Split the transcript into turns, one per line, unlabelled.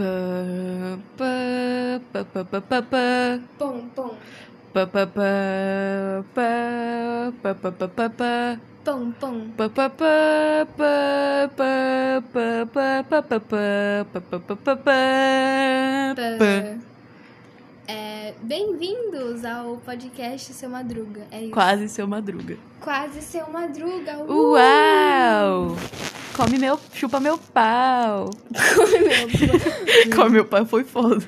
Pã, pã, pã, pã, pã, pã, pã.
Pom, pom.
Pã, pã, pã, pã, pã, pã, pã, pã, pã.
Pom, pom.
Pã, pã, pã, pã, pã, pã, pã, pã, pã, pã, pã, pã, pã, pã, pã. Pã.
É, Bem-vindos ao podcast Seu Madruga. É isso.
Quase seu madruga.
Quase Seu Madruga. uh!
Uau! Come meu. chupa meu pau.
Meu Deus.
Come meu pau foi foda.